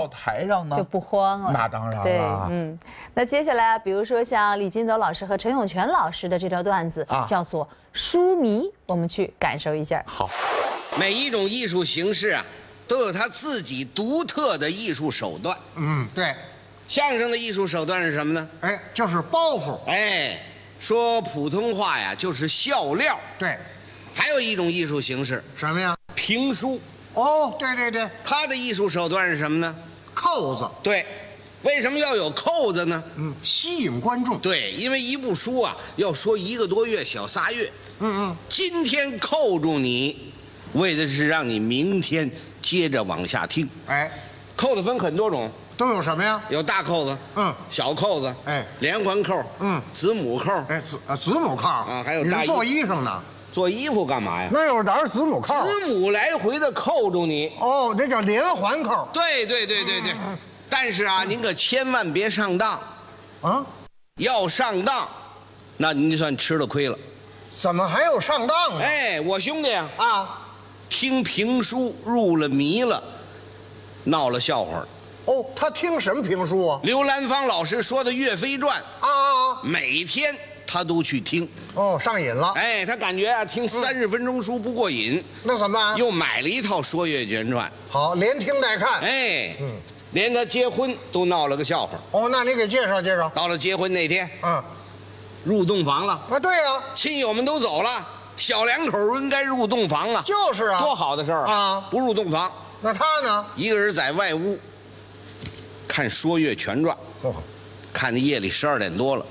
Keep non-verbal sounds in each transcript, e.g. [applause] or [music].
到台上呢就？不慌了。那当然对了，，嗯，那接下来啊，比如说像李金斗老师和陈永泉老师的这条段子，啊叫做《书迷》，我们去感受一下。好，每一种艺术形式啊，都有它自己独特的艺术手段。嗯，对，相声的艺术手段是什么呢？哎，就是包袱，哎，说普通话呀，就是笑料。对，还有一种艺术形式，什么呀？评书，哦，对对对，它的艺术手段是什么呢？扣子，对，为什么要有扣子呢？嗯，吸引观众，对，因为一部书啊，要说一个多月，小仨月。嗯嗯，今天扣住你，为的是让你明天接着往下听。哎，扣子分很多种，都有什么呀？有大扣子，嗯小扣子，哎连环扣，嗯子母扣。哎，子呃子母扣啊还有你大是衣做衣裳呢？做衣服干嘛呀？那有哪是子母扣？子母来回的扣住你。嗯哦，那叫连环扣对对对对对，但是啊，您可千万别上当，啊？要上当，那您就算吃了亏了。怎么还有上当呢？哎，我兄弟啊，啊，听评书入了迷了，闹了笑话了。哦，他听什么评书啊？刘兰芳老师说的《岳飞传啊啊，》，每天他都去听，哦，上瘾了，哎，他感觉啊，听三十分钟书不过瘾，那怎么办？又买了一套《说岳全传》。好，连听带看。 [laughs] 哎，嗯连他结婚都闹了个笑话。哦，那你给介绍介绍。到了结婚那天，嗯，入洞房了，啊，对呀，亲友们都走了，小两口应该入洞房了，就是啊。多好的事儿啊！不入洞房，那他呢？一个人在外屋看《说岳全传》，哦，看到夜里十二点多了，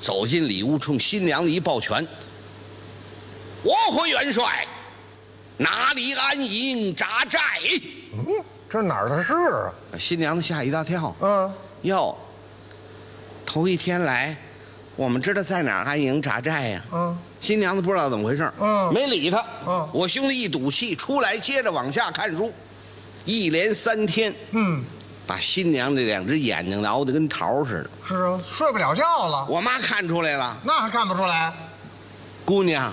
走进里屋，冲新娘子一抱拳：“我回元帅，哪里安营扎寨哎嗯，这哪儿的事啊？？”新娘子吓一大跳。嗯，哟，头一天来，我们知道在哪儿安营扎寨呀、嗯，新娘子不知道怎么回事，嗯没理他。嗯我兄弟一赌气出来，接着往下看书，一连三天，嗯，把新娘这两只眼睛熬得跟桃似的。是啊，睡不了觉了，我妈看出来了，那还看不出来？姑娘，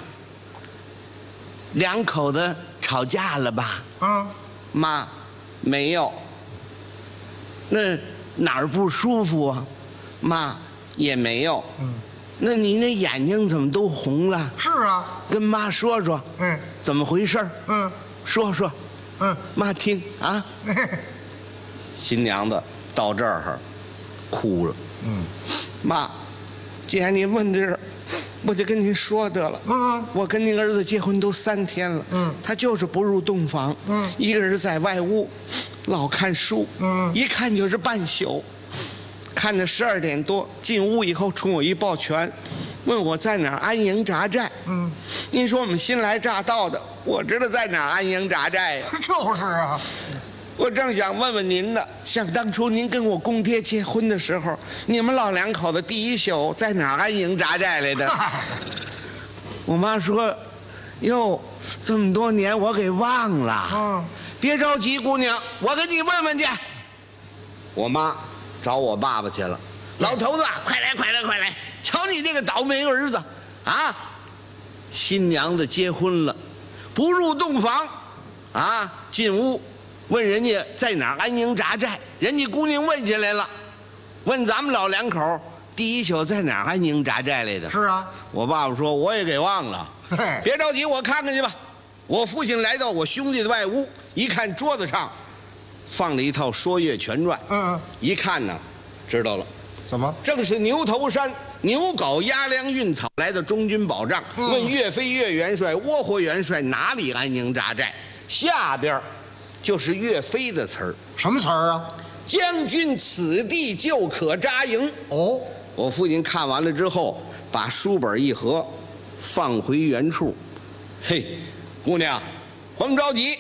两口子吵架了吧？啊，妈，没有。那哪儿不舒服啊？妈，也没有。嗯，那你那眼睛怎么都红了？是啊， [laughs] 跟妈说说，嗯怎么回事儿？嗯说说，嗯，妈听啊。新娘子到这儿哭了。嗯，妈，既然您问这事儿，我就跟您说得了。嗯，我跟您儿子结婚都三天了。嗯，他就是不入洞房。嗯一个人在外屋，老看书。嗯一看就是半宿，看到十二点多进屋以后，冲我一抱拳，问我在哪儿安营扎寨。嗯，您说我们新来乍到的，我知道在哪儿安营扎寨呀、就是啊，我正想问问您呢，想当初您跟我公爹结婚的时候，你们老两口子第一宿在哪儿安营扎寨来的？我妈说：“哟，这么多年我给忘了。”嗯，别着急，姑娘，我给你问问去。我妈找我爸爸去了，老头子，快来，快来，快来！瞧你这个倒霉儿子，啊，新娘子结婚了，不入洞房，啊，进屋问人家在哪儿安营扎寨，人家姑娘问起来了，问咱们老两口第一宿在哪儿安营扎寨来的？是啊，我爸爸说我也给忘了嘿，别着急，我看看去吧。我父亲来到我兄弟的外屋，一看桌子上放了一套《说岳全传》，嗯，一看呢，知道了，怎么？正是牛头山牛皋押粮运草来的中军保障。问岳飞岳元帅、窝火元帅哪里安营扎寨？下边儿就是岳飞的词儿：“什么词儿啊？将军此地就可扎营。”哦，我父亲看完了之后，把书本一合，放回原处。嘿，姑娘，甭着急，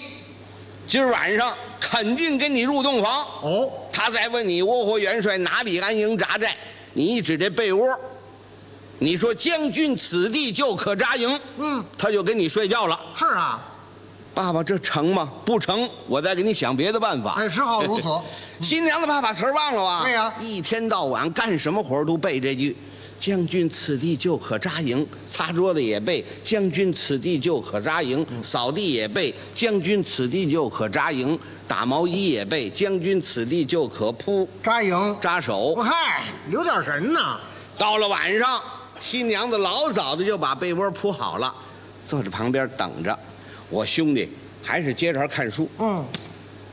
今儿晚上肯定跟你入洞房。哦，他再问你窝火元帅哪里安营扎寨，你一指这被窝，你说将军此地就可扎营，嗯，他就跟你睡觉了。是啊，爸爸，这成吗？不成，我再给你想别的办法。哎，只好如此。新娘子怕把词儿忘了啊！对呀一天到晚干什么活儿都背这句“将军此地就可扎营”，擦桌子也背“嗯将军此地就可扎营”，扫地也背“将军此地就可扎营”，打毛衣也备，将军此地就可扑 [laughs] 扎营。哦扎手。嗨，留点神呐！到了晚上，新娘子老早的就把被窝铺好了，坐在旁边等着。我兄弟还是接着看书，嗯，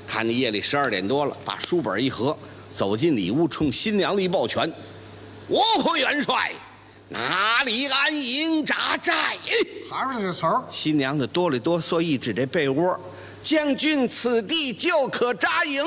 看到夜里十二点多了，把书本一合，走进里屋，冲新娘子一抱拳：“我回元帅，哪里安营扎寨？”哎还是这词儿。新娘子哆里哆嗦一指这被窝：“将军此地就可扎营。”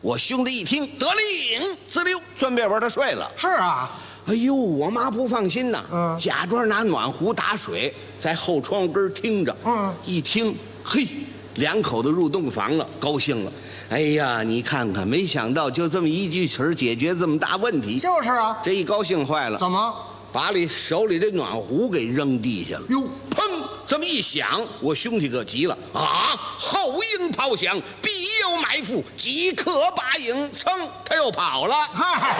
我兄弟一听得令，滋溜钻被窝他睡了。是啊，哎呦，我妈不放心呐，嗯假装拿暖壶打水，在后窗户根儿听着，嗯一听，嘿，两口子入洞房了，高兴了。哎呀，你看看，没想到就这么一句词儿解决这么大问题，就是啊。这一高兴坏了，怎么？把里手里这暖壶给扔地下了。哟，砰！这么一响，我兄弟可急了啊！后应炮响，必有埋伏，即刻拔营。噌，他又跑了。嗨，